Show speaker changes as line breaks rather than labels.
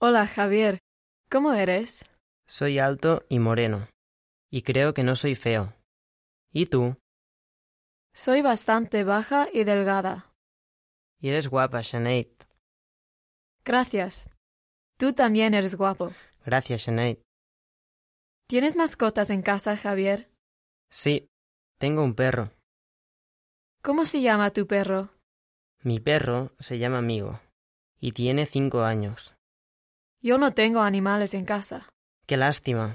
Hola, Javier. ¿Cómo eres?
Soy alto y moreno. Y creo que no soy feo. ¿Y tú?
Soy bastante baja y delgada.
Y eres guapa, Sinead.
Gracias. Tú también eres guapo.
Gracias, Sinead.
¿Tienes mascotas en casa, Javier?
Sí, tengo un perro.
¿Cómo se llama tu perro?
Mi perro se llama Amigo. Y tiene cinco años.
Yo no tengo animales en casa.
Qué lástima.